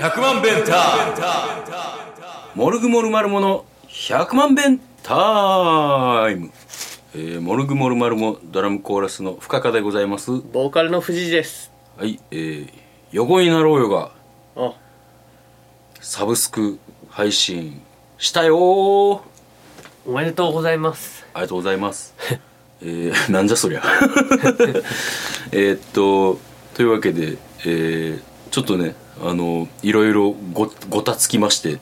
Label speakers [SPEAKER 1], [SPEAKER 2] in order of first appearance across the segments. [SPEAKER 1] 100万弁タモルグモルマルモの100万弁タイム、えーモルグモルマルモドラムコーラスの深川でございますは
[SPEAKER 2] ボーカルの藤井です
[SPEAKER 1] いえー横になろうよが
[SPEAKER 2] あ
[SPEAKER 1] サブスク配信したよー
[SPEAKER 2] おめでとうございます
[SPEAKER 1] ありがとうございます。 えー、なんじゃそりゃ。 えーっと、というわけで、えーちょっとね、あの、いろいろご、ごたつきまして、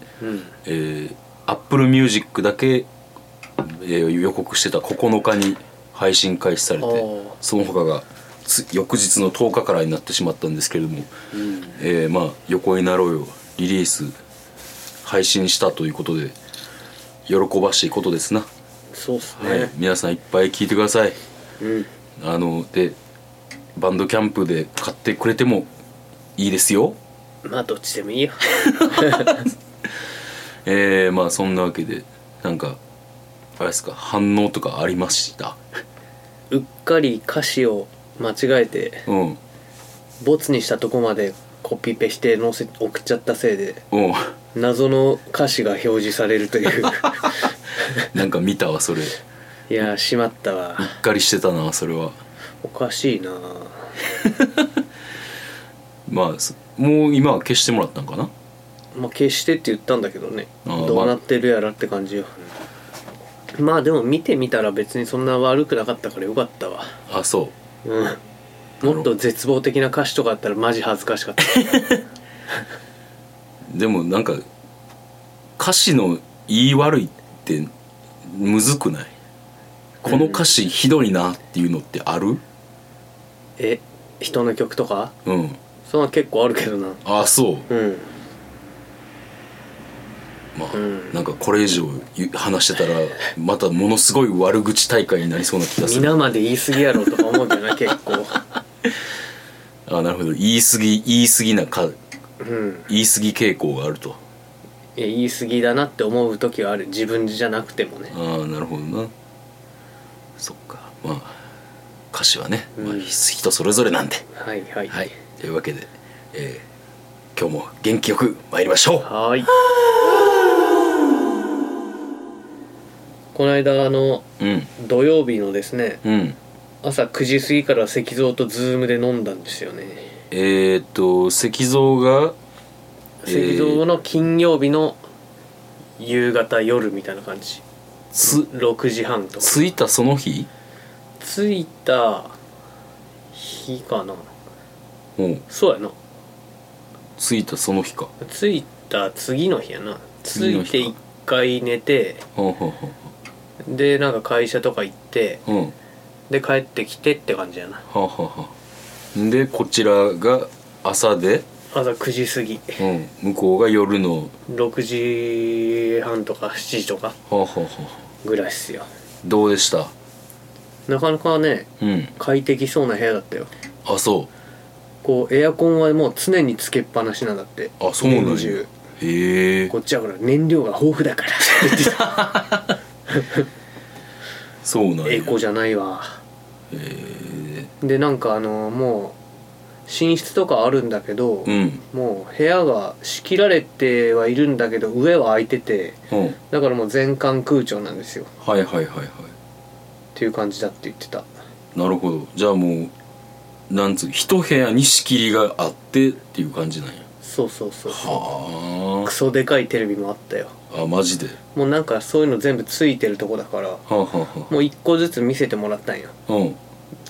[SPEAKER 1] えー、Apple Music だけ、えー予告してた9日に配信開始されて
[SPEAKER 2] あー、
[SPEAKER 1] その他が、つ翌日の10日からになってしまったんですけれども、えーまあ、横になろうよ、リリース、配信したということで、喜ばしいことですな。
[SPEAKER 2] そうっす
[SPEAKER 1] はい、皆さんいっぱい聞いてください
[SPEAKER 2] うん
[SPEAKER 1] あのでバンドキャンプで買ってくれてもいいですよ
[SPEAKER 2] まあどっちでもいいよ
[SPEAKER 1] えー、まあそんなわけでなんかあれですか反応とかありました
[SPEAKER 2] うっかり歌詞を間違えて
[SPEAKER 1] うん
[SPEAKER 2] ボツにしたとこまでコピペして載せ送っちゃったせいで
[SPEAKER 1] うん
[SPEAKER 2] 謎の歌詞が表示されるという
[SPEAKER 1] なんか見たわそれうっ
[SPEAKER 2] いやーしまったわ
[SPEAKER 1] かりしてたなそれは
[SPEAKER 2] おかしいな
[SPEAKER 1] まあそもう今は消してもらったんかな
[SPEAKER 2] まあ消してって言ったんだけどね
[SPEAKER 1] あー
[SPEAKER 2] どうなってるやらって感じよまあでも見てみたら別にそんな悪くなかったからよかったわ
[SPEAKER 1] あそう
[SPEAKER 2] うんもっと絶望的な歌詞とかあったらマジ恥ずかしかった
[SPEAKER 1] でもなんか歌詞の言い悪いってむずくないこの歌詞ひどいなっていうのってある
[SPEAKER 2] え人の曲とか
[SPEAKER 1] うん
[SPEAKER 2] そんな結構あるけどな
[SPEAKER 1] ああそう
[SPEAKER 2] うん
[SPEAKER 1] まあ、
[SPEAKER 2] ん
[SPEAKER 1] なんかこれ以上言う話してたらまたものすごい悪口大会になりそうな気がする
[SPEAKER 2] 皆まで言い過ぎやろとか思うけどな結構
[SPEAKER 1] あなるほど言い過ぎ言い過ぎなか
[SPEAKER 2] うん
[SPEAKER 1] 言い過ぎ傾向があると
[SPEAKER 2] いや言い過ぎだなって思う時はある自分じゃなくてもね
[SPEAKER 1] ああなるほどなそっかまあ歌詞はね、まあ、
[SPEAKER 2] うん
[SPEAKER 1] 人それぞれなんで、
[SPEAKER 2] はいはい
[SPEAKER 1] はいというわけで、えー今日も元気よく参りましょう
[SPEAKER 2] はーいこの間あの
[SPEAKER 1] うん
[SPEAKER 2] 土曜日のですね
[SPEAKER 1] うん
[SPEAKER 2] 朝9時過ぎから石像とズームで飲んだんですよね
[SPEAKER 1] えー、っと石像がえー
[SPEAKER 2] 石像の金曜日の夕方夜みたいな感じ
[SPEAKER 1] つ
[SPEAKER 2] 6時半とか
[SPEAKER 1] 着いたその日
[SPEAKER 2] 着いた日かな
[SPEAKER 1] うん
[SPEAKER 2] そうやな
[SPEAKER 1] 着いたその日か
[SPEAKER 2] 着いた次の日やな
[SPEAKER 1] 次
[SPEAKER 2] 着
[SPEAKER 1] の日
[SPEAKER 2] い
[SPEAKER 1] か
[SPEAKER 2] て一回寝て
[SPEAKER 1] うんうん
[SPEAKER 2] でなんか会社とか行って
[SPEAKER 1] うんうん
[SPEAKER 2] で帰ってきてって感じやな
[SPEAKER 1] はあはあはあでこちらが朝で、
[SPEAKER 2] 朝9時過ぎ
[SPEAKER 1] うん、向こうが夜のは
[SPEAKER 2] 6時半とか7時とか
[SPEAKER 1] あはあはあ
[SPEAKER 2] ぐらいっすよ
[SPEAKER 1] どうでした
[SPEAKER 2] なかなかね
[SPEAKER 1] うん
[SPEAKER 2] 快適そうな部屋だったよ
[SPEAKER 1] あそ
[SPEAKER 2] こうエアコンはもう常につけっぱなしなんだって
[SPEAKER 1] うあそうなん
[SPEAKER 2] 年
[SPEAKER 1] や
[SPEAKER 2] 中
[SPEAKER 1] へえ
[SPEAKER 2] こっちはほら燃料が豊富だから
[SPEAKER 1] そうなんや
[SPEAKER 2] エコじゃないわ
[SPEAKER 1] へえ
[SPEAKER 2] でなんかあのもう寝室とかあるんだけど、
[SPEAKER 1] うん
[SPEAKER 2] もう部屋が仕切られてはいるんだけど上は空いてて
[SPEAKER 1] うん
[SPEAKER 2] だからもう全館空調なんですよっ
[SPEAKER 1] はいはいはいは
[SPEAKER 2] ていう感じだって言ってた
[SPEAKER 1] いなるほどじゃあもうなんつう一部屋に仕切りがあってっていう感じなんや
[SPEAKER 2] そうそうそうそう
[SPEAKER 1] は
[SPEAKER 2] クソでかいテレビもあったよ
[SPEAKER 1] ああマジで
[SPEAKER 2] もうなんかそういうの全部ついてるとこだから
[SPEAKER 1] はあはあは
[SPEAKER 2] もう一個ずつ見せてもらったんや
[SPEAKER 1] あうん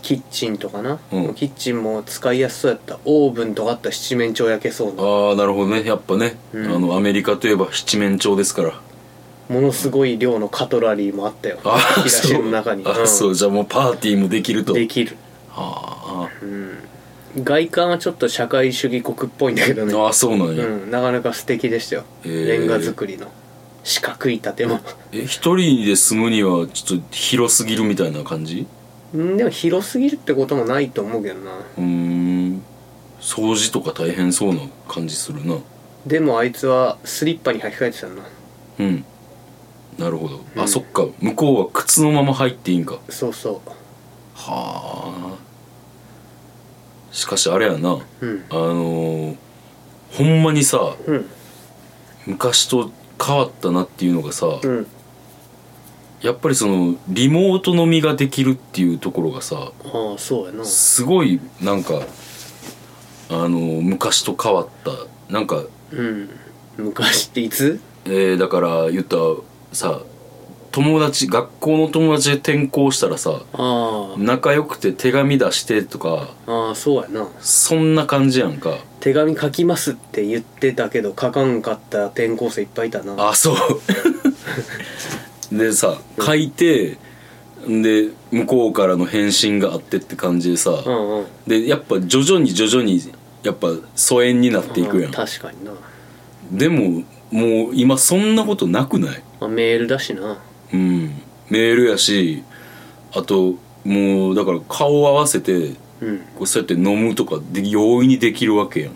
[SPEAKER 2] キッチンとかな、
[SPEAKER 1] うん
[SPEAKER 2] キッチンも使いやすそうやったオーブンとかあったら七面鳥焼けそうな
[SPEAKER 1] ああなるほどねやっぱね、
[SPEAKER 2] うん
[SPEAKER 1] あのアメリカといえば七面鳥ですから
[SPEAKER 2] ものすごい量のカトラリーもあったよ
[SPEAKER 1] あ
[SPEAKER 2] 引き出
[SPEAKER 1] そ
[SPEAKER 2] し
[SPEAKER 1] う
[SPEAKER 2] の中に、
[SPEAKER 1] あ、
[SPEAKER 2] うん
[SPEAKER 1] そうじゃあもうパーティーもできると
[SPEAKER 2] できる、
[SPEAKER 1] は
[SPEAKER 2] うん、外観はちょっと社会主義国っぽいんだけどね、
[SPEAKER 1] ああそうなん
[SPEAKER 2] う
[SPEAKER 1] や、
[SPEAKER 2] ん、なかなか素敵でしたよ、
[SPEAKER 1] へー
[SPEAKER 2] レンガ造りの四角い建物
[SPEAKER 1] え一人で住むにはちょっと広すぎるみたいな感じ
[SPEAKER 2] うんでも広すぎるってこともないと思うけどな
[SPEAKER 1] うーん掃除とか大変そうな感じするな
[SPEAKER 2] でもあいつはスリッパに履き替えてたな
[SPEAKER 1] うんなるほど、
[SPEAKER 2] う
[SPEAKER 1] あ
[SPEAKER 2] ん
[SPEAKER 1] そっか向こうは靴のまま入っていいんか
[SPEAKER 2] そうそう
[SPEAKER 1] はあしかしあれやな、
[SPEAKER 2] うん
[SPEAKER 1] あのーほんまにさ
[SPEAKER 2] うん
[SPEAKER 1] 昔と変わったなっていうのがさ、
[SPEAKER 2] うん
[SPEAKER 1] やっぱりそのリモート飲みができるっていうところがさ
[SPEAKER 2] ああそうやな
[SPEAKER 1] すごいなんかあのー昔と変わったなんか、
[SPEAKER 2] うん昔っていつ
[SPEAKER 1] えーだから言ったらさ友達学校の友達で転校したらさ
[SPEAKER 2] あ
[SPEAKER 1] 仲良くて手紙出してとか
[SPEAKER 2] あああそうやな
[SPEAKER 1] そんな感じやんか
[SPEAKER 2] 手紙書きますって言ってたけど書かんかった転校生いっぱいいたな
[SPEAKER 1] あそう でさ書いてで向こうからの返信があってって感じでさ、
[SPEAKER 2] うんうん
[SPEAKER 1] でやっぱ徐々に徐々にやっぱ疎遠になっていくや
[SPEAKER 2] あ
[SPEAKER 1] ん
[SPEAKER 2] あ確かにな、
[SPEAKER 1] でももう今そんなことなくない
[SPEAKER 2] まあ、メールだしな
[SPEAKER 1] うんメールやしあともうだから顔合わせて
[SPEAKER 2] うん
[SPEAKER 1] こうそうやって飲むとかで容易にできるわけやん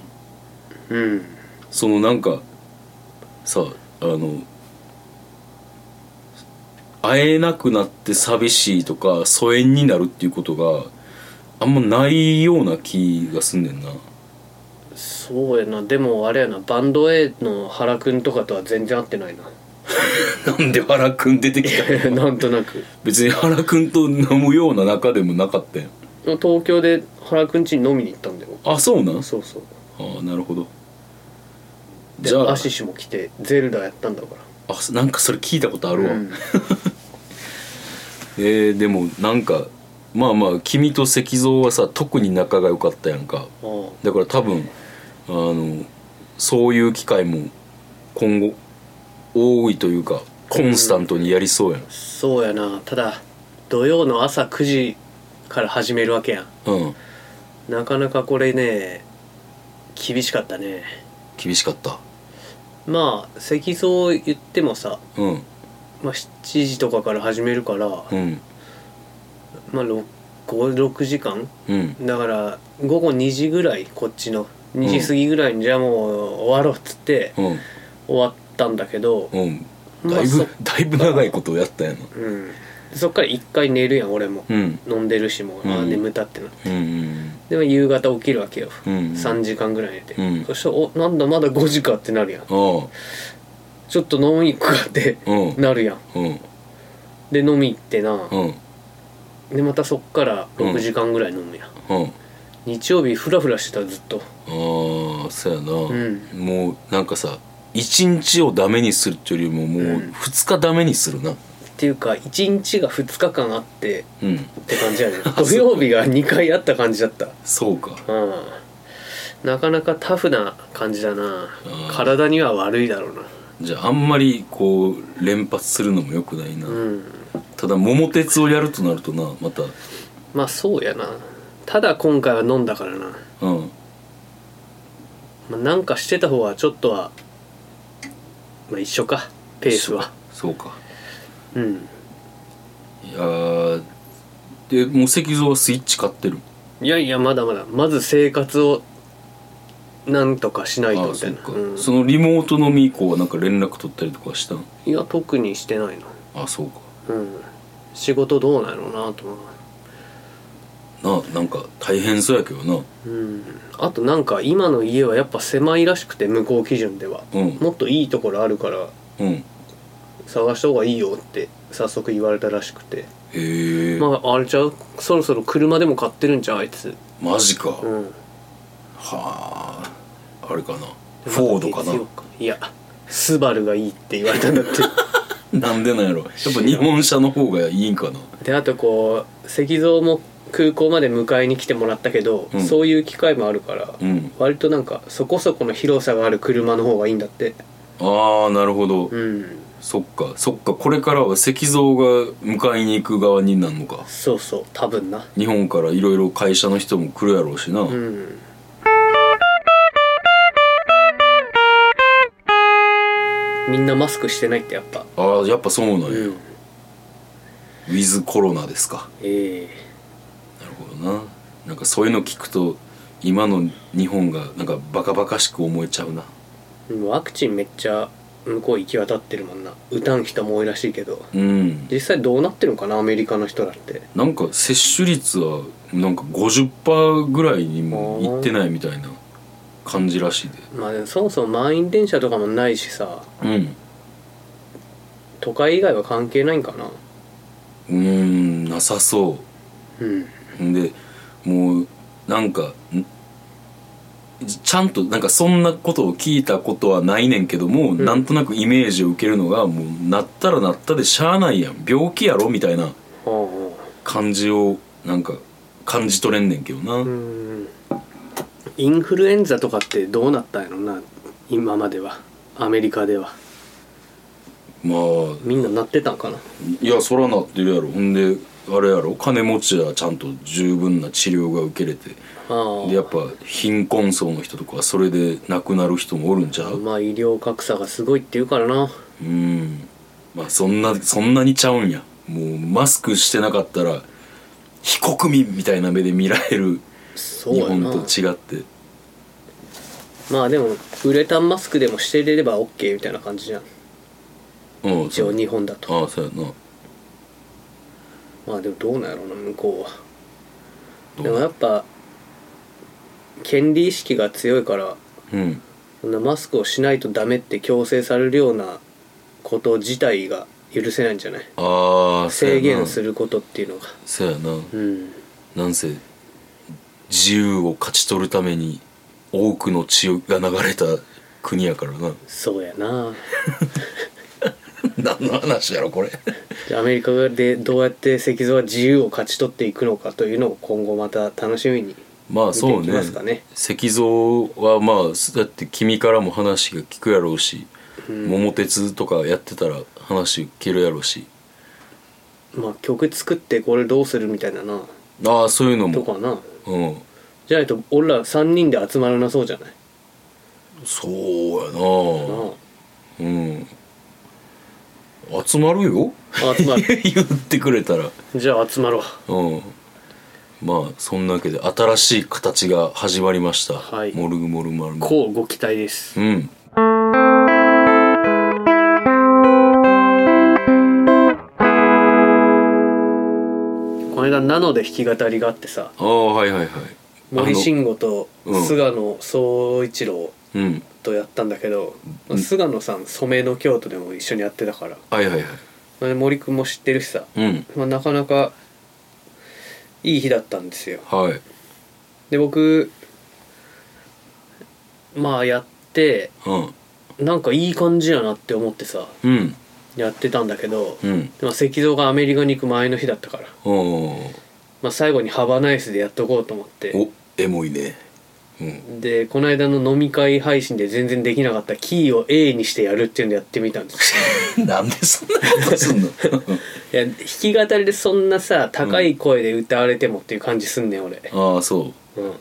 [SPEAKER 2] うん
[SPEAKER 1] そのなんかさあの会えなくなって寂しいとか疎遠になるっていうことがあんまないような気がすんねんな
[SPEAKER 2] そうやなでもあれやなバンド A の原くんとかとは全然合ってないな
[SPEAKER 1] なんで原くん出てきたの
[SPEAKER 2] なんとなく
[SPEAKER 1] 別に原くんと飲むような仲でもなかったやん
[SPEAKER 2] 東京で原くん家に飲みに行ったんだよ
[SPEAKER 1] あそうなんあ
[SPEAKER 2] そうそう
[SPEAKER 1] あなるほど
[SPEAKER 2] で
[SPEAKER 1] じゃあ
[SPEAKER 2] アシシも来てゼルダやったんだから
[SPEAKER 1] あなんかそれ聞いたことあるわ、
[SPEAKER 2] うん
[SPEAKER 1] えーでもなんかまあまあ君と石像はさ特に仲が良かったやんか
[SPEAKER 2] ああ
[SPEAKER 1] だから多分あのそういう機会も今後多いというかコンスタントにやりそうやん
[SPEAKER 2] そうやなただ土曜の朝9時から始めるわけやん
[SPEAKER 1] うん
[SPEAKER 2] なかなかこれね厳しかったね
[SPEAKER 1] 厳しかった
[SPEAKER 2] まあ石像言ってもさ、
[SPEAKER 1] うん
[SPEAKER 2] まあ、7時とかから始めるから、
[SPEAKER 1] うん
[SPEAKER 2] まあろ5 6時間
[SPEAKER 1] うん
[SPEAKER 2] だから午後2時ぐらいこっちの2時過ぎぐらいにじゃあもう終わろうっつって
[SPEAKER 1] うん
[SPEAKER 2] 終わったんだけど、
[SPEAKER 1] うん
[SPEAKER 2] ま
[SPEAKER 1] だ
[SPEAKER 2] あ
[SPEAKER 1] い
[SPEAKER 2] そ
[SPEAKER 1] ぶだいぶ長いことをやったやな
[SPEAKER 2] うん、そっから1回寝るやん俺も、
[SPEAKER 1] うん
[SPEAKER 2] 飲んでるしもうああ
[SPEAKER 1] うん
[SPEAKER 2] 眠たってな
[SPEAKER 1] うんうん
[SPEAKER 2] でも夕方起きるわけよ、
[SPEAKER 1] うんうん
[SPEAKER 2] 3時間ぐらい寝て、
[SPEAKER 1] うん
[SPEAKER 2] そしたら「おなんだまだ5時か」ってなるやん
[SPEAKER 1] あ
[SPEAKER 2] ちょっと飲み行くかって
[SPEAKER 1] あうん
[SPEAKER 2] なるやん
[SPEAKER 1] うん
[SPEAKER 2] で飲み行ってな、
[SPEAKER 1] うん
[SPEAKER 2] でまたそっから6時間ぐらい飲むやん、
[SPEAKER 1] うん
[SPEAKER 2] 日曜日フラフラしてたずっと
[SPEAKER 1] ああそうやな、
[SPEAKER 2] ん
[SPEAKER 1] もうなんかさ一日をダメにするっていうよりももう
[SPEAKER 2] うん
[SPEAKER 1] 二日ダメにするな
[SPEAKER 2] っていうか1日が2日間あって
[SPEAKER 1] うん
[SPEAKER 2] って感じやね 土曜日が2回あった感じだった
[SPEAKER 1] そうか
[SPEAKER 2] うんなかなかタフな感じだな
[SPEAKER 1] うん
[SPEAKER 2] 体には悪いだろうな
[SPEAKER 1] じゃああんまりこう連発するのもよくないな、
[SPEAKER 2] うん
[SPEAKER 1] ただ桃鉄をやるとなるとなまた
[SPEAKER 2] まあそうやなただ今回は飲んだからな、
[SPEAKER 1] うん
[SPEAKER 2] まあ、なんかしてた方はちょっとはまあ一緒かペースは
[SPEAKER 1] そうか
[SPEAKER 2] うん
[SPEAKER 1] いやーでもう石像はスイッチ買ってる
[SPEAKER 2] いやいやまだまだまず生活をなんとかしない
[SPEAKER 1] あ
[SPEAKER 2] と
[SPEAKER 1] あ
[SPEAKER 2] みた
[SPEAKER 1] そ
[SPEAKER 2] いうな
[SPEAKER 1] か、
[SPEAKER 2] うん
[SPEAKER 1] そのリモート飲み以降はなんか連絡取ったりとかしたん
[SPEAKER 2] いや特にしてないな
[SPEAKER 1] あそうか
[SPEAKER 2] うん仕事どうなのなと思う
[SPEAKER 1] ななんか大変そうやけどな
[SPEAKER 2] うんあとなんか今の家はやっぱ狭いらしくて向こう基準では、
[SPEAKER 1] うん
[SPEAKER 2] もっといいところあるから
[SPEAKER 1] うん
[SPEAKER 2] 探した方がいいよって早速言われたらしくて
[SPEAKER 1] へえ、
[SPEAKER 2] まああれちゃうそろそろ車でも買ってるんちゃうあいつ
[SPEAKER 1] マジか、
[SPEAKER 2] う
[SPEAKER 1] は
[SPEAKER 2] ん
[SPEAKER 1] ああれかなフォードか
[SPEAKER 2] 月曜いやスバルがいいって言われたんだって
[SPEAKER 1] ななんでなんやろやっぱ日本車の方がいいんかな
[SPEAKER 2] であとこう石像も空港まで迎えに来てもらったけど、
[SPEAKER 1] うん
[SPEAKER 2] そういう機会もあるから、
[SPEAKER 1] うん
[SPEAKER 2] 割となんかそこそこの広さがある車の方がいいんだって
[SPEAKER 1] ああなるほど、
[SPEAKER 2] うん
[SPEAKER 1] そっかそっかこれからは石像が迎えに行く側になるのか
[SPEAKER 2] そうそう多分な
[SPEAKER 1] 日本からいろいろ会社の人も来るやろうしな、
[SPEAKER 2] うんみんなマスクしてないってやっぱ
[SPEAKER 1] ああやっぱそうなんや、
[SPEAKER 2] う
[SPEAKER 1] ウ
[SPEAKER 2] ん
[SPEAKER 1] ィズコロナですか
[SPEAKER 2] ええ
[SPEAKER 1] なるほどななんかそういうの聞くと今の日本がなんかバカバカしく思えちゃうな
[SPEAKER 2] でもワクチンめっちゃ向こう行き渡ってるもんな歌う人も多いらしいけど
[SPEAKER 1] うん
[SPEAKER 2] 実際どうなってるのかなアメリカの人だって
[SPEAKER 1] なんか接種率はなんか50%ぐらいにもいってないみたいな感じらしいで
[SPEAKER 2] まあそもそも満員電車とかもないしさ
[SPEAKER 1] うん
[SPEAKER 2] 都会以外は関係ないんかな
[SPEAKER 1] うーんなさそ
[SPEAKER 2] うん
[SPEAKER 1] うんでもうなんかんちゃんとなんかそんなことを聞いたことはないねんけども、
[SPEAKER 2] ん
[SPEAKER 1] なんとなくイメージを受けるのがもうなったらなったでしゃあないやん病気やろみたいな
[SPEAKER 2] は
[SPEAKER 1] 感じをなんか感じ取れんねんけどな、
[SPEAKER 2] あうんインフルエンザとかってどうなったんやろな今まではアメリカでは
[SPEAKER 1] まあ
[SPEAKER 2] みんななってたんかない
[SPEAKER 1] やそらなってるやろほんであれやろ金持ちはちゃんと十分な治療が受けれて
[SPEAKER 2] あ
[SPEAKER 1] でやっぱ貧困層の人とかはそれで亡くなる人もおるんちゃ
[SPEAKER 2] あ
[SPEAKER 1] う
[SPEAKER 2] まあ医療格差がすごいっていうからな
[SPEAKER 1] うんまあそんなそんなにちゃうんやもうマスクしてなかったら非国民みたいな目で見られる
[SPEAKER 2] そう
[SPEAKER 1] 日
[SPEAKER 2] や
[SPEAKER 1] 本
[SPEAKER 2] な
[SPEAKER 1] と違って
[SPEAKER 2] まあでもウレタンマスクでもしてれれば OK みたいな感じじゃん
[SPEAKER 1] うん
[SPEAKER 2] 一
[SPEAKER 1] そ
[SPEAKER 2] 応
[SPEAKER 1] う
[SPEAKER 2] 日本だと
[SPEAKER 1] ああそうやな
[SPEAKER 2] まあでもどうなんやろうな向こうは
[SPEAKER 1] どう
[SPEAKER 2] でもやっぱ権利意識が強いから
[SPEAKER 1] うん
[SPEAKER 2] そんなマスクをしないとダメって強制されるようなこと自体が許せないんじゃない
[SPEAKER 1] ああ
[SPEAKER 2] 制限す
[SPEAKER 1] る
[SPEAKER 2] ることっていうのが
[SPEAKER 1] そうやな
[SPEAKER 2] うん
[SPEAKER 1] なんせ自由を勝ち取るために多くの血が流れた国やからな
[SPEAKER 2] そうやな
[SPEAKER 1] 何の話やろこれ
[SPEAKER 2] じゃあアメリカでどうやって石像は自由を勝ち取っていくのかというのを今後また楽しみに
[SPEAKER 1] まあそう
[SPEAKER 2] 見て
[SPEAKER 1] ね
[SPEAKER 2] いきますかね
[SPEAKER 1] 石像はまあだって君からも話が聞くやろうし、桃鉄とかやってたら話聞けるやろうし
[SPEAKER 2] まあ曲作ってこれどうするみたいなな
[SPEAKER 1] ああそういうの
[SPEAKER 2] と
[SPEAKER 1] も
[SPEAKER 2] かな
[SPEAKER 1] うん
[SPEAKER 2] じゃないと俺ら3人で集まらなそうじゃない
[SPEAKER 1] そうやな
[SPEAKER 2] な
[SPEAKER 1] うん集まるよ
[SPEAKER 2] あ集ま る
[SPEAKER 1] 言ってくれたら
[SPEAKER 2] じゃあ集まろう
[SPEAKER 1] うんまあそんなわけで新しい形が始まりました、
[SPEAKER 2] はい
[SPEAKER 1] モルグモルマルモ
[SPEAKER 2] こうご期待です
[SPEAKER 1] うん
[SPEAKER 2] この間「なの」で弾き語りがあってさ
[SPEAKER 1] ああはいはいはい
[SPEAKER 2] 森
[SPEAKER 1] あ
[SPEAKER 2] 慎吾と
[SPEAKER 1] うん
[SPEAKER 2] 菅野総一郎
[SPEAKER 1] のうん
[SPEAKER 2] とやったんだけど、まあ菅野さん染めの京都でも一緒にやってたから
[SPEAKER 1] はいはいはい
[SPEAKER 2] まあ森君も知ってるしさ、
[SPEAKER 1] うん
[SPEAKER 2] まあ、なかなかいい日だったんですよ
[SPEAKER 1] はい
[SPEAKER 2] で僕まあやって
[SPEAKER 1] うん
[SPEAKER 2] なんかいい感じやなって思ってさ
[SPEAKER 1] うん
[SPEAKER 2] やってたんだけど、
[SPEAKER 1] うん
[SPEAKER 2] まあ、石像がアメリカに行く前の日だったから、
[SPEAKER 1] お
[SPEAKER 2] まあ、最後にハバナイスでやっとこうと思って
[SPEAKER 1] おエモいね うん
[SPEAKER 2] でこの間の飲み会配信で全然できなかったキーを A にしてやるっていうのやってみたんです
[SPEAKER 1] なんでそんなことすんの
[SPEAKER 2] いや弾き語りでそんなさ高い声で歌われてもっていう感じすんねん俺
[SPEAKER 1] ああそ
[SPEAKER 2] うん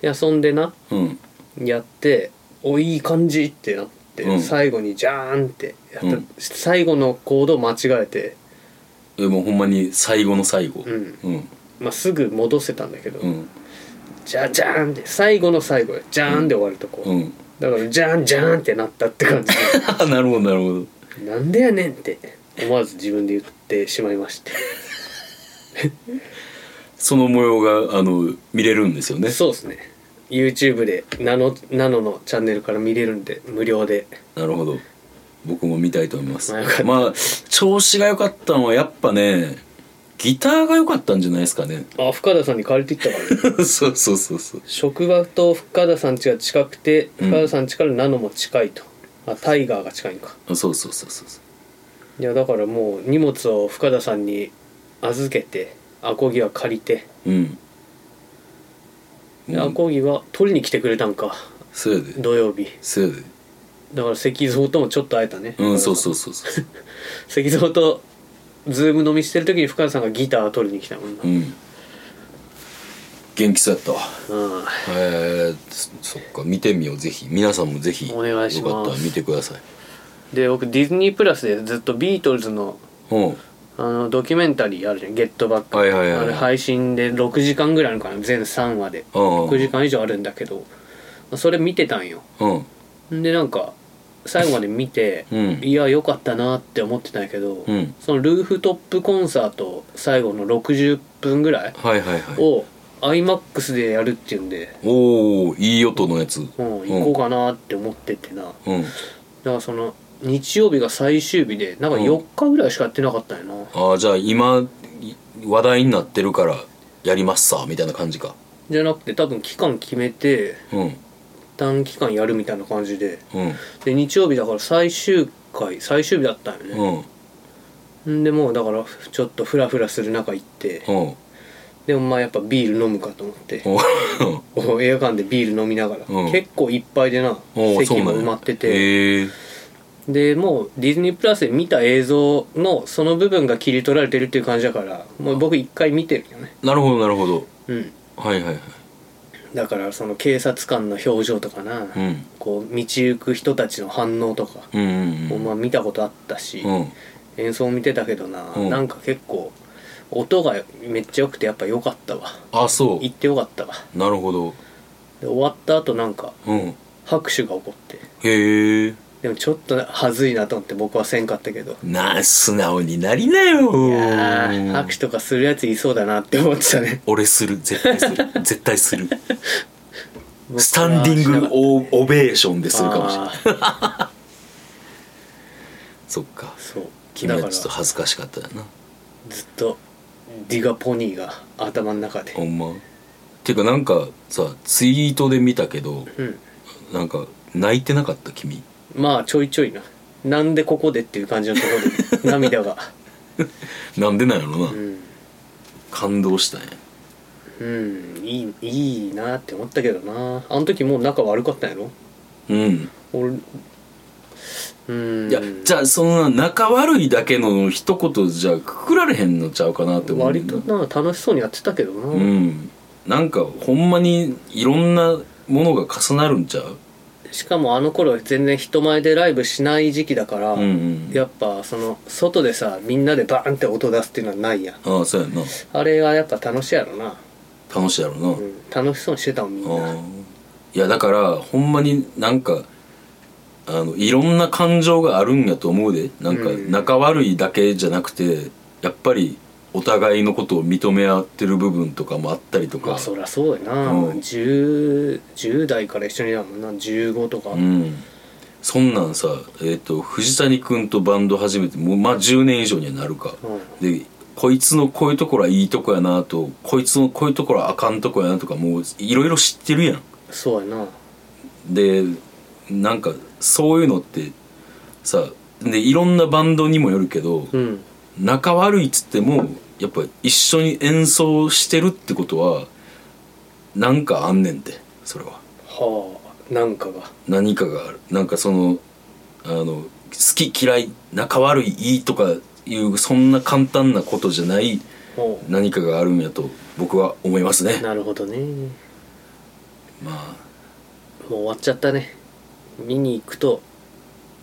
[SPEAKER 2] で遊んでな
[SPEAKER 1] ううん
[SPEAKER 2] やっておいい感じってなって、
[SPEAKER 1] うん
[SPEAKER 2] 最後にジャーンってやった、
[SPEAKER 1] うん
[SPEAKER 2] 最後のコードを間違えて、
[SPEAKER 1] えもうほんまに最後の最後
[SPEAKER 2] うん
[SPEAKER 1] うん
[SPEAKER 2] まあ、すぐ戻せたんだけど、
[SPEAKER 1] うん
[SPEAKER 2] じゃじゃーんって最後の最後でじゃーんで終わるとこ、
[SPEAKER 1] うん
[SPEAKER 2] だからじゃーんじゃーんってなったって感じ
[SPEAKER 1] なるほどなるほど
[SPEAKER 2] でなんでやねんって思わず自分で言ってしまいまして
[SPEAKER 1] その模様があの見れるんですよね
[SPEAKER 2] そうですね YouTube でナノナノのチャンネルから見れるんで無料で
[SPEAKER 1] なるほど僕も見たいと思います
[SPEAKER 2] まあよかった
[SPEAKER 1] まあ調子が良かったのはやっぱねギターが良かったんじゃないですかね
[SPEAKER 2] あ深田さんに借りていったから ね
[SPEAKER 1] そうそうそうそう
[SPEAKER 2] 職場と深田さん家が近くて
[SPEAKER 1] うん
[SPEAKER 2] 深田さん家からナノも近いと、あタイガーが近いんか
[SPEAKER 1] あそうそうそうそうそう
[SPEAKER 2] いやだからもう荷物を深田さんに預けてアコギは借りて、
[SPEAKER 1] うん
[SPEAKER 2] で
[SPEAKER 1] もう
[SPEAKER 2] アコギは取りに来てくれたんか
[SPEAKER 1] そうやで
[SPEAKER 2] 土曜日
[SPEAKER 1] そうやで
[SPEAKER 2] だから石像ともちょっと会えたね
[SPEAKER 1] うんそうそううそうそう
[SPEAKER 2] 石像とズーム飲みしてる時に深田さんがギターを取りに来たもんな、
[SPEAKER 1] うん元気そうやったわ
[SPEAKER 2] うん、
[SPEAKER 1] えー、そそっか見てみようぜひ皆さんもぜひ
[SPEAKER 2] お願いします
[SPEAKER 1] よかったら見てください
[SPEAKER 2] で僕ディズニープラスでずっとビートルズの
[SPEAKER 1] うん
[SPEAKER 2] あのドキュメンタリーあるじゃん「ゲットバック」
[SPEAKER 1] はいはいはい
[SPEAKER 2] あれ配信で6時間ぐらいあるのかな全3話で
[SPEAKER 1] うんうん
[SPEAKER 2] 6時間以上あるんだけどそれ見てたんよ
[SPEAKER 1] うん
[SPEAKER 2] でなんか最後まで見て、
[SPEAKER 1] うん
[SPEAKER 2] いや良かったなって思ってたんやけど、
[SPEAKER 1] うん
[SPEAKER 2] そのルーフトップコンサート最後の60分ぐらい
[SPEAKER 1] はいはいはい
[SPEAKER 2] を iMAX でやるっていうんで、
[SPEAKER 1] おおいい音のやつうん
[SPEAKER 2] うん、行こうかなって思っててな、だからその日曜日が最終日でなんか
[SPEAKER 1] うん
[SPEAKER 2] 4日ぐらいしかやってなかったんやな、
[SPEAKER 1] ああじゃあ今い話題になってるからやりますさみたいな感じか
[SPEAKER 2] じゃなくて多分期間決めて
[SPEAKER 1] うん
[SPEAKER 2] 短期間やるみたいな感じで
[SPEAKER 1] うん
[SPEAKER 2] で日曜日だから最終回最終日だったんよね、
[SPEAKER 1] うん
[SPEAKER 2] んでもうだからちょっとフラフラする中行って、
[SPEAKER 1] うん
[SPEAKER 2] でもまあやっぱビール飲むかと思って、
[SPEAKER 1] お
[SPEAKER 2] お映画館でビール飲みながら、
[SPEAKER 1] うん
[SPEAKER 2] 結構いっぱいでな
[SPEAKER 1] おーそ
[SPEAKER 2] 席
[SPEAKER 1] うな
[SPEAKER 2] も
[SPEAKER 1] んや
[SPEAKER 2] 埋まってて、
[SPEAKER 1] へえ
[SPEAKER 2] でもうディズニープラスで見た映像のその部分が切り取られてるっていう感じだからもう僕一回見てるよね
[SPEAKER 1] なるほどなるほど
[SPEAKER 2] うん
[SPEAKER 1] はいはいはい
[SPEAKER 2] だからその警察官の表情とかな、
[SPEAKER 1] うん
[SPEAKER 2] こう道行く人たちの反応とか、
[SPEAKER 1] うんう
[SPEAKER 2] もうんまあ見たことあったし、
[SPEAKER 1] うんうん
[SPEAKER 2] 演奏見てたけどな、
[SPEAKER 1] うん
[SPEAKER 2] なんか結構音がめっちゃ良くてやっぱ良かったわ
[SPEAKER 1] あそ
[SPEAKER 2] 行ってよかったわ
[SPEAKER 1] うなるほど
[SPEAKER 2] で終わった後なんか
[SPEAKER 1] うん
[SPEAKER 2] 拍手が起こって
[SPEAKER 1] へえ
[SPEAKER 2] でもちょっと恥ずいなと思って僕はせんかったけど
[SPEAKER 1] な素直になりなよ
[SPEAKER 2] いやー拍手とかするやついそうだなって思ってたね
[SPEAKER 1] 俺する絶対する 絶対する スタンディングオオベーションでするかもしれない
[SPEAKER 2] あー
[SPEAKER 1] そっか
[SPEAKER 2] そう
[SPEAKER 1] 君
[SPEAKER 2] だ
[SPEAKER 1] は
[SPEAKER 2] から
[SPEAKER 1] ちょっ
[SPEAKER 2] ず
[SPEAKER 1] と
[SPEAKER 2] っ
[SPEAKER 1] 恥ずかしかったよな
[SPEAKER 2] とディガポニーが頭の中で
[SPEAKER 1] ほんまていうかなんかさツイートで見たけど
[SPEAKER 2] うん
[SPEAKER 1] なんか泣いてなかった君
[SPEAKER 2] まあちょいちょいななんでここでっていう感じのところ で涙が
[SPEAKER 1] なんでなんやろな、
[SPEAKER 2] うん、
[SPEAKER 1] 感動したんや
[SPEAKER 2] うん、いいいいなって思ったけどなあの時もう仲悪かったんやろ
[SPEAKER 1] うん
[SPEAKER 2] 俺うん
[SPEAKER 1] いやじゃあその仲悪いだけの一言じゃくくられへんのちゃうかなって思うね
[SPEAKER 2] 割
[SPEAKER 1] んな
[SPEAKER 2] とな楽しそうにやってたけどな、
[SPEAKER 1] うんなんかほんまにいろんなものが重なるんちゃう
[SPEAKER 2] しかもあの頃は全然人前でライブしない時期だから、
[SPEAKER 1] うんうん
[SPEAKER 2] やっぱその外でさみんなでバーンって音出すっていうのはないやん
[SPEAKER 1] ああそうやんな
[SPEAKER 2] あれがやっぱ楽しいやろな、
[SPEAKER 1] 楽しいやろな、
[SPEAKER 2] うん、楽しそうにしてたもんみん
[SPEAKER 1] あ
[SPEAKER 2] な
[SPEAKER 1] ーいやだからほんまになんかあのいろんな感情があるんやと思うでなんか
[SPEAKER 2] うん
[SPEAKER 1] 仲悪いだけじゃなくてやっぱりお互いのことを認め合ってる部分とかもあったりと
[SPEAKER 2] ま
[SPEAKER 1] か
[SPEAKER 2] あそりゃそうやな、
[SPEAKER 1] うん
[SPEAKER 2] 10, 10代から一緒にだもんな15とか、
[SPEAKER 1] うんそんなんさ、えー、と藤谷君とバンド始めてもうまあ10年以上にはなるか、でこいつのこういうところはいいとこやなとこいつのこういうところはあかんとこやなとかもういろいろ知ってるやん
[SPEAKER 2] そうやな
[SPEAKER 1] でなんかそういうのってさでいろんなバンドにもよるけど、
[SPEAKER 2] うん
[SPEAKER 1] 仲悪いっつってもやっぱ一緒に演奏してるってことはなんかあんねんてそれは
[SPEAKER 2] はあなんかが
[SPEAKER 1] 何かがあるなんかそのあの好き嫌い仲悪いいいとかいうそんな簡単なことじゃない
[SPEAKER 2] ほ
[SPEAKER 1] 何かがあるんやと僕は思います
[SPEAKER 2] う
[SPEAKER 1] ね
[SPEAKER 2] なるほどね
[SPEAKER 1] まあ
[SPEAKER 2] もう終わっちゃったね見に行くと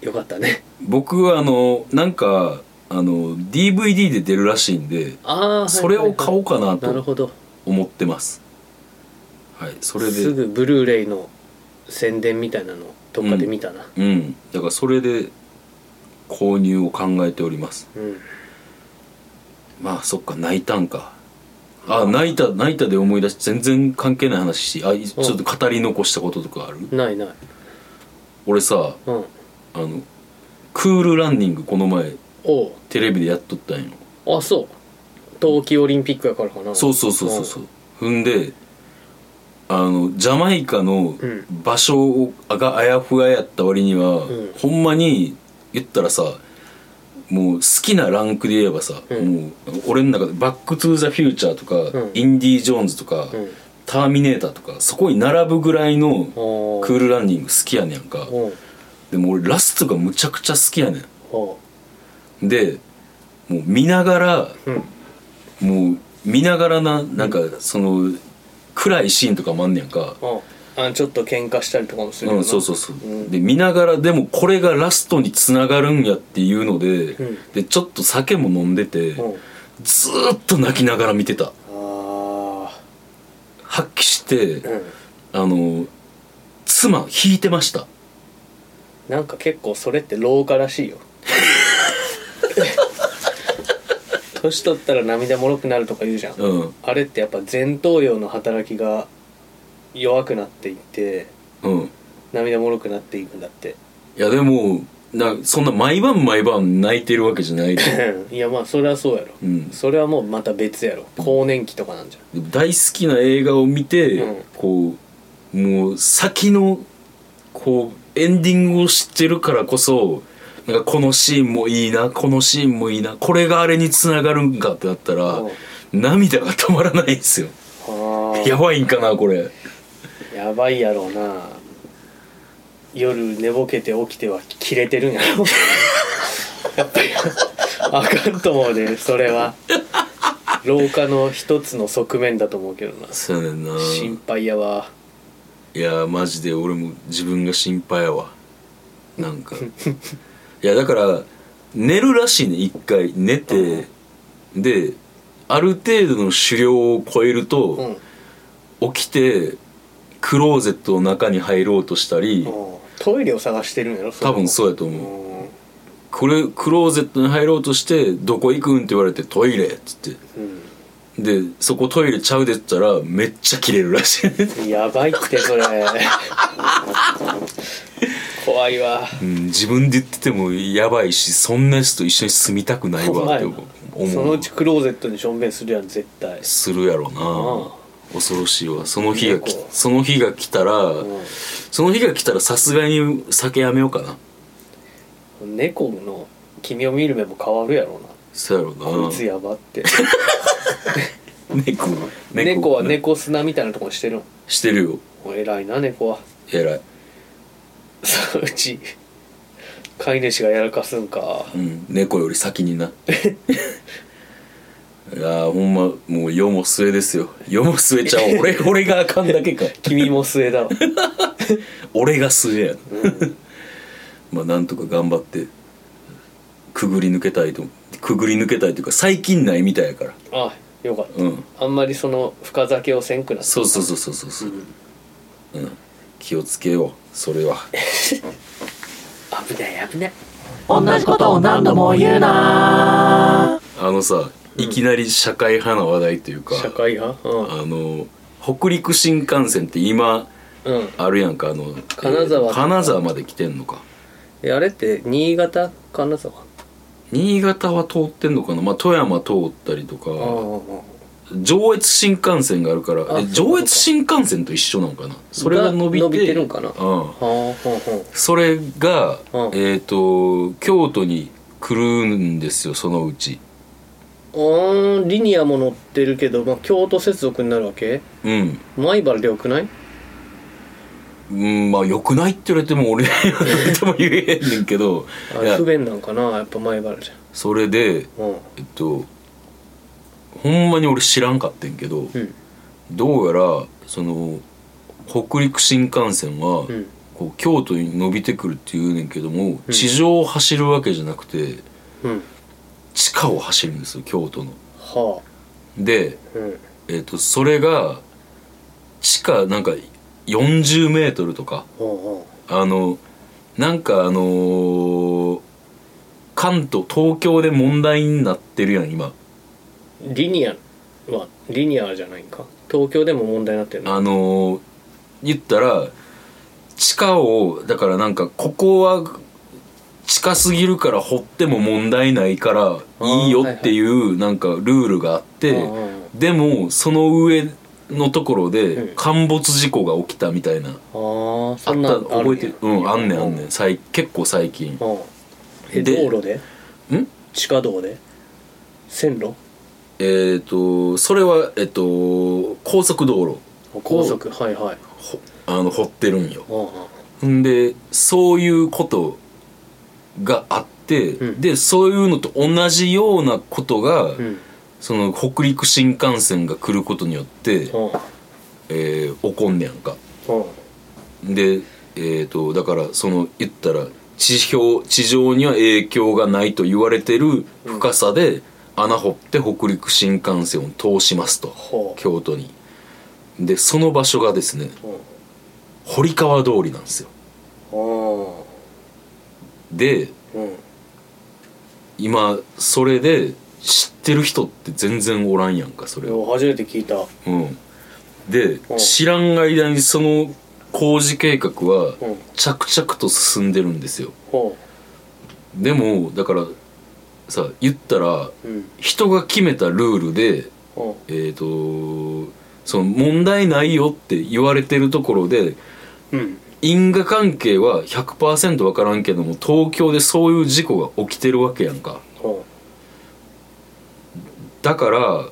[SPEAKER 2] よかったね
[SPEAKER 1] 僕はあのなんかあの DVD で出るらしいんで
[SPEAKER 2] ああ
[SPEAKER 1] それを買おうかな
[SPEAKER 2] なる
[SPEAKER 1] と
[SPEAKER 2] ほど
[SPEAKER 1] 思ってますはいそれ
[SPEAKER 2] す
[SPEAKER 1] で
[SPEAKER 2] ぐブルーレイの宣伝みたいなのどっかで見たな
[SPEAKER 1] うんだからそれで購入を考えております
[SPEAKER 2] うん、
[SPEAKER 1] まあそっか泣いたんかあ泣いた泣いたで思い出し全然関係ない話しあいちょっと語り残したこととかある
[SPEAKER 2] ないない
[SPEAKER 1] 俺さ
[SPEAKER 2] うん
[SPEAKER 1] あのクールランニングこの前
[SPEAKER 2] お
[SPEAKER 1] テレビでやっとったんよ
[SPEAKER 2] うあそう冬季オリンピックやからかな
[SPEAKER 1] そうそうそうそうそう踏んであのジャマイカの
[SPEAKER 2] ん
[SPEAKER 1] 場所があやふややった割には、
[SPEAKER 2] ん
[SPEAKER 1] ほんまに言ったらさもう好きなランクで言えばさ、
[SPEAKER 2] うん
[SPEAKER 1] もう俺の中で「バック・トゥ・ザ・フューチャー」とか、
[SPEAKER 2] うん
[SPEAKER 1] インディ・ージョーンズ」とか、
[SPEAKER 2] うん
[SPEAKER 1] ターミネーター」とかそこに並ぶぐらいの
[SPEAKER 2] お
[SPEAKER 1] クールランニング好きやねんか
[SPEAKER 2] おう
[SPEAKER 1] でも俺ラストがむちゃくちゃ好きやね
[SPEAKER 2] お
[SPEAKER 1] んでもう見ながら
[SPEAKER 2] ううん
[SPEAKER 1] もう見ながらななんかその暗いシーンとかもあんねやんか、
[SPEAKER 2] おうあちょっと喧嘩したりとかもする
[SPEAKER 1] うん、そう
[SPEAKER 2] う
[SPEAKER 1] そうそう、
[SPEAKER 2] ん
[SPEAKER 1] で見ながらでもこれがラストにつながるんやっていうので、
[SPEAKER 2] うん
[SPEAKER 1] でちょっと酒も飲んでて、
[SPEAKER 2] うん
[SPEAKER 1] ずーっと泣きながら見てた
[SPEAKER 2] あ
[SPEAKER 1] 発揮して、
[SPEAKER 2] あ
[SPEAKER 1] あ
[SPEAKER 2] うん
[SPEAKER 1] の妻弾いてました
[SPEAKER 2] なんか結構それって老化らしいよ 年取ったら涙もろくなるとか言うじゃん、
[SPEAKER 1] うん
[SPEAKER 2] あれってやっぱ前頭葉の働きが弱くなっていって
[SPEAKER 1] うん
[SPEAKER 2] 涙もろくなっていくんだって
[SPEAKER 1] いやでもなそんな毎晩毎晩泣いてるわけじゃない
[SPEAKER 2] いやまあそれはそうやろ、
[SPEAKER 1] うん
[SPEAKER 2] それはもうまた別やろ更年期とかなんじゃん
[SPEAKER 1] 大好きな映画を見て、
[SPEAKER 2] うん
[SPEAKER 1] こうもう先のこうエンディングを知ってるからこそなんかこのシーンもいいなこのシーンもいいなこれがあれにつながるんかってなったら
[SPEAKER 2] うん
[SPEAKER 1] 涙が止まらないんですよ
[SPEAKER 2] あ
[SPEAKER 1] やばいんかなこれ
[SPEAKER 2] やばいやろうな夜寝ぼけて起きてはキレてるんやろ やっぱり あかんと思うねそれは老化の一つの側面だと思うけどな
[SPEAKER 1] そうやねんな
[SPEAKER 2] 心配やわ
[SPEAKER 1] いやマジで俺も自分が心配やわなんかいやだから寝るらしいね一回寝て、である程度の狩猟を超える
[SPEAKER 2] う
[SPEAKER 1] と、
[SPEAKER 2] ん
[SPEAKER 1] 起きてクローゼットの中に入ろうとしたり、
[SPEAKER 2] うんトイレを探してるんやろ
[SPEAKER 1] 多分そううやと思う、
[SPEAKER 2] ん
[SPEAKER 1] これクローゼットに入ろうとして「どこ行くん?」って言われて「トイレ」っつってでそこトイレちゃうでっつったらめっちゃ切れるらしいね
[SPEAKER 2] うんやばいってそれ 怖いわ
[SPEAKER 1] うん、自分で言っててもやばいしそんな人と一緒に住みたくないわって思う
[SPEAKER 2] そのうちクローゼットにしょんべんするやん絶対
[SPEAKER 1] するやろ
[SPEAKER 2] あ
[SPEAKER 1] な恐ろしいわその日がき
[SPEAKER 2] 猫
[SPEAKER 1] その日が来たらその日が来たらさすがに酒やめようかな
[SPEAKER 2] うん猫の君を見る目も変わるやろうな
[SPEAKER 1] そうやろな
[SPEAKER 2] こいつやばって
[SPEAKER 1] 猫
[SPEAKER 2] 猫は
[SPEAKER 1] ね
[SPEAKER 2] 猫砂みたいなとこにしてるの
[SPEAKER 1] してるよ
[SPEAKER 2] お偉いな猫は
[SPEAKER 1] 偉い
[SPEAKER 2] そのうち飼い主がやらかすんか
[SPEAKER 1] うん猫より先に ないやーほんまもう世も末ですよ世も末ちゃう俺俺があかんだけか
[SPEAKER 2] 君も末だろ
[SPEAKER 1] 俺が末やな まあなんとか頑張ってくぐり抜けたいとくぐり抜けたいというか最近ないみたいやから
[SPEAKER 2] あよかった、
[SPEAKER 1] うん
[SPEAKER 2] あんまりその深酒をせんくな
[SPEAKER 1] そうそうそうそうそうそう
[SPEAKER 2] うん
[SPEAKER 1] うん気をつけようそれは
[SPEAKER 2] 危ない危ない
[SPEAKER 3] 同じことを何度も言うな
[SPEAKER 1] あのさいきなり社会派な話題というか、
[SPEAKER 2] 社会派うん、
[SPEAKER 1] あの北陸新幹線って今
[SPEAKER 2] うん
[SPEAKER 1] あるやんかあのえ
[SPEAKER 2] 金沢
[SPEAKER 1] ー金沢まで来てんのか
[SPEAKER 2] え、あれって新潟金沢
[SPEAKER 1] 新潟は通ってんのかな、まあ、富山通ったりと
[SPEAKER 2] あ
[SPEAKER 1] か
[SPEAKER 2] あ
[SPEAKER 1] 上越新幹線があるから
[SPEAKER 2] あ
[SPEAKER 1] え
[SPEAKER 2] そ
[SPEAKER 1] 上
[SPEAKER 2] うかそうか
[SPEAKER 1] 越新幹線と一緒なのかなそれが伸びて
[SPEAKER 2] 伸びてるんかな
[SPEAKER 1] うん
[SPEAKER 2] はあはあは
[SPEAKER 1] それが、
[SPEAKER 2] うん
[SPEAKER 1] えっ、と京都に来るんですよそのうち
[SPEAKER 2] あうーんリニアも乗ってるけど、まあ、京都接続になるわけ
[SPEAKER 1] うん
[SPEAKER 2] 米原でよくない
[SPEAKER 1] うんまあ良くないって言われても俺でも言えへんねんけど
[SPEAKER 2] あ
[SPEAKER 1] い
[SPEAKER 2] れ
[SPEAKER 1] や
[SPEAKER 2] 不便なんかなやっぱ米原じ
[SPEAKER 1] それで
[SPEAKER 2] ゃんうん
[SPEAKER 1] えっとほんまに俺知らんかってんけど、
[SPEAKER 2] うん
[SPEAKER 1] どうやらその北陸新幹線は、
[SPEAKER 2] うん
[SPEAKER 1] こう京都に伸びてくるって言うねんけども、地上を走るわけじゃなくて
[SPEAKER 2] うん
[SPEAKER 1] 地下を走るんですよ京都の。
[SPEAKER 2] は
[SPEAKER 1] で、
[SPEAKER 2] あうん
[SPEAKER 1] えっとそれが地下なんか40メートルとか
[SPEAKER 2] は
[SPEAKER 1] あのなんかあのー関東東京で問題になってるやん今
[SPEAKER 2] あリニアはリニアじゃないんか東京でも問題になってるの
[SPEAKER 1] あのー言ったら地下をだからなんかここは近すぎるから掘っても問題ないからいいよっていうなんかルールがあって、
[SPEAKER 2] うんうんうん
[SPEAKER 1] でもその上のところで
[SPEAKER 2] うん
[SPEAKER 1] 陥没事故が起きたみたいな、
[SPEAKER 2] ああ
[SPEAKER 1] あ
[SPEAKER 2] そ
[SPEAKER 1] っ
[SPEAKER 2] ん
[SPEAKER 1] た
[SPEAKER 2] なんある
[SPEAKER 1] 覚えてるうんあんねんあんね
[SPEAKER 2] うん
[SPEAKER 1] 最結構最近
[SPEAKER 2] うんえ
[SPEAKER 1] で
[SPEAKER 2] 道路で
[SPEAKER 1] ん
[SPEAKER 2] 地下道で線路
[SPEAKER 1] えっ、とそれはえっ、と高速道路
[SPEAKER 2] 高速はいはい
[SPEAKER 1] ほあの掘ってるんよ
[SPEAKER 2] うんうん
[SPEAKER 1] んでそういうことがあって、
[SPEAKER 2] うん
[SPEAKER 1] でそういうのと同じようなことが、
[SPEAKER 2] うん
[SPEAKER 1] その北陸新幹線が来ることによって、
[SPEAKER 2] うん
[SPEAKER 1] えー起こんねやんか
[SPEAKER 2] うん
[SPEAKER 1] でえっ、とだからその言ったら地表地上には影響がないと言われてる深さで、穴掘って北陸新幹線を通しますと
[SPEAKER 2] ほう
[SPEAKER 1] 京都にでその場所がですね
[SPEAKER 2] うん
[SPEAKER 1] 堀川通りなんですよ
[SPEAKER 2] あ
[SPEAKER 1] で
[SPEAKER 2] うん
[SPEAKER 1] 今それで知ってる人って全然おらんやんかそれを、
[SPEAKER 2] お初めて聞いた
[SPEAKER 1] うん、で
[SPEAKER 2] うん
[SPEAKER 1] 知らん間にその工事計画は
[SPEAKER 2] うん
[SPEAKER 1] 着々と進んでるんですよ
[SPEAKER 2] ほ
[SPEAKER 1] でもだからさ言ったら
[SPEAKER 2] ううん
[SPEAKER 1] 人が決めたルールで
[SPEAKER 2] ほ
[SPEAKER 1] えっ、とその問題ないよって言われてるところで
[SPEAKER 2] ううん
[SPEAKER 1] 因果関係は100%分からんけども東京でそういう事故が起きてるわけやんか
[SPEAKER 2] ほ
[SPEAKER 1] だから、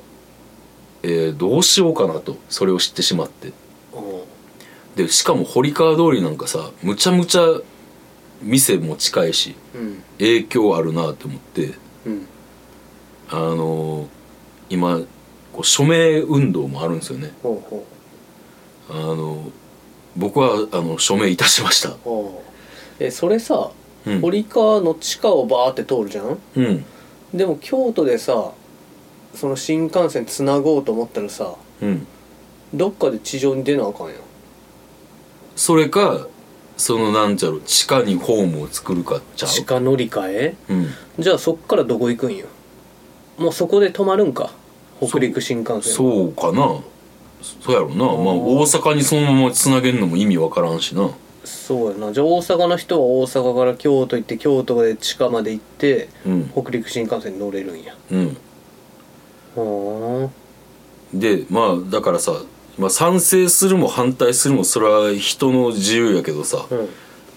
[SPEAKER 1] えーどうしようかなとそれを知ってしまって
[SPEAKER 2] うほ
[SPEAKER 1] でしかも堀川通りなんかさむちゃむちゃ店も近いし
[SPEAKER 2] ううん
[SPEAKER 1] 影響あるなと思って
[SPEAKER 2] うん
[SPEAKER 1] あのー今こう署名運動もあるんですよね
[SPEAKER 2] ほうほ
[SPEAKER 1] あの僕はあの署名いたしました
[SPEAKER 2] うほうえそれさ、
[SPEAKER 1] うん
[SPEAKER 2] 堀川の地下をバーって通るじゃん
[SPEAKER 1] うん
[SPEAKER 2] でも京都でさその新幹線つなごうと思ったらさ
[SPEAKER 1] うん
[SPEAKER 2] どっかで地上に出なあかんやん
[SPEAKER 1] それかそのなんちゃろ地下にホームを作るかちゃう
[SPEAKER 2] 地下乗り換え
[SPEAKER 1] うん
[SPEAKER 2] じゃあそっからどこ行くんよもうそこで止まるんか北陸新幹線う
[SPEAKER 1] そうかなそそうやろうなまあ大阪にそのままつなげんのも意味わからんしな
[SPEAKER 2] そうやなじゃあ大阪の人は大阪から京都行って京都で地下まで行って
[SPEAKER 1] うん
[SPEAKER 2] 北陸新幹線に乗れるんや
[SPEAKER 1] うん
[SPEAKER 2] ふーん
[SPEAKER 1] でまあだからさ、まあ、賛成するも反対するもそれは人の自由やけどさ
[SPEAKER 2] うん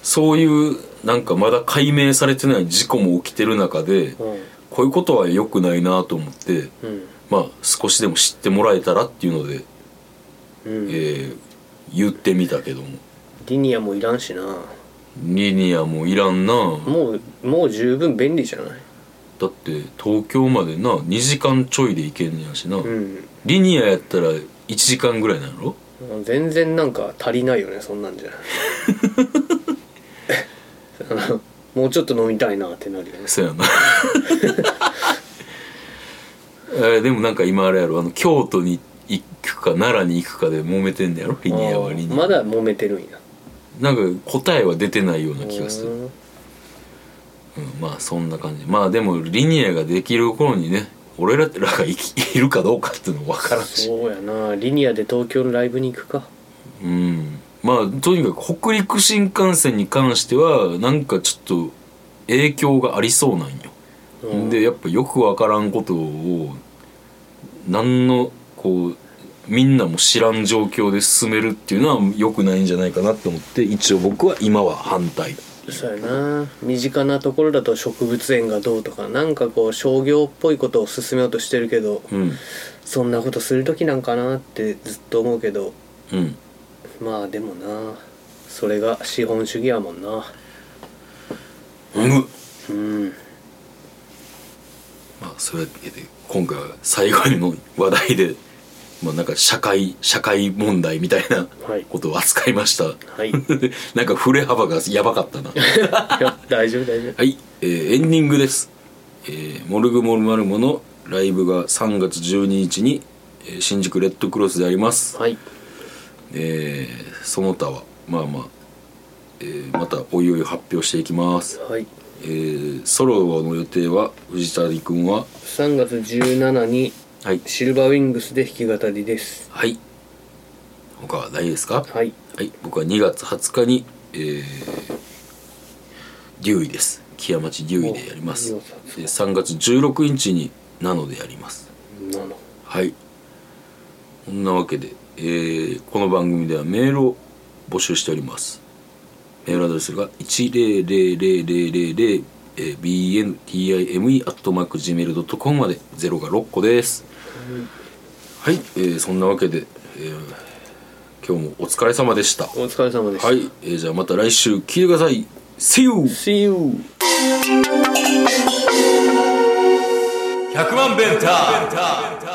[SPEAKER 1] そういうなんかまだ解明されてない事故も起きてる中で
[SPEAKER 2] うん
[SPEAKER 1] こういうことは良くないなと思って
[SPEAKER 2] うん
[SPEAKER 1] まあ少しでも知ってもらえたらっていうので、
[SPEAKER 2] うん
[SPEAKER 1] えー言ってみたけども
[SPEAKER 2] リニアもいらんしな
[SPEAKER 1] リニアもいらんな
[SPEAKER 2] もうもう十分便利じゃない
[SPEAKER 1] だって東京までな2時間ちょいで行けんねやしな、
[SPEAKER 2] うん
[SPEAKER 1] リニアやったら1時間ぐらいなんやろ
[SPEAKER 2] 全然なんか足りないよねそんなんじゃ あのもうちょっと飲みたいなってなるよね
[SPEAKER 1] そうやな えーでもなんか今あれやろあの京都に行くか奈良に行くかで揉めてんねやろリニアはリニア、
[SPEAKER 2] まだ揉めてるんや
[SPEAKER 1] なんか答えは出てないような気がする、うん、まあそんな感じまあでもリニアができる頃にね俺らがいきいるかどうかっていうのも分からんし
[SPEAKER 2] そうやなリニアで東京のライブに行くか
[SPEAKER 1] うんまあとにかく北陸新幹線に関してはなんかちょっと影響がありそうなんよ
[SPEAKER 2] うん
[SPEAKER 1] でやっぱよくわからんことを何のこうみんなも知らん状況で進めるっていうのは良くないんじゃないかなって思って一応僕は今は反対
[SPEAKER 2] そうやな身近なところだと植物園がどうとかなんかこう商業っぽいことを進めようとしてるけど
[SPEAKER 1] うん
[SPEAKER 2] そんなことする時なんかなってずっと思うけど
[SPEAKER 1] うん
[SPEAKER 2] まあでもなそれが資本主義やもんな
[SPEAKER 1] うむ
[SPEAKER 2] うん
[SPEAKER 1] まあそうやって今回は最後の話題でまあなんか社会社会問題みたいな
[SPEAKER 2] はい
[SPEAKER 1] ことを扱いました
[SPEAKER 2] はいい
[SPEAKER 1] なんか振れ幅がやばかったな
[SPEAKER 2] や大丈夫大丈夫
[SPEAKER 1] はい、えーエンディングです、えーモルグモルマルモのライブが3月12日に、えー新宿レッドクロスであります、
[SPEAKER 2] はい
[SPEAKER 1] えーその他はまあまあ、えーまたおいおい発表していきます、
[SPEAKER 2] はい
[SPEAKER 1] えーソロの予定は藤谷君は
[SPEAKER 2] 3月17に
[SPEAKER 1] はい
[SPEAKER 2] シルバーウィングスで弾き語りです
[SPEAKER 1] はい他はないですか
[SPEAKER 2] はい
[SPEAKER 1] はい僕は2月20日に、えー、デューイです木屋町デューイでやります
[SPEAKER 2] お
[SPEAKER 1] で3月16日にナノでやります
[SPEAKER 2] なの
[SPEAKER 1] はいこんなわけで、えーこの番組ではメールを募集しておりますメールアドレスが1000000 bntime.gmail.com まで0が6個ですはい、えーそんなわけで、えー今日もお疲れ様でしたは
[SPEAKER 2] お疲れ様でした、
[SPEAKER 1] い、えーじゃあまた来週聞いてください See you!
[SPEAKER 2] See you!
[SPEAKER 1] 100万ベンター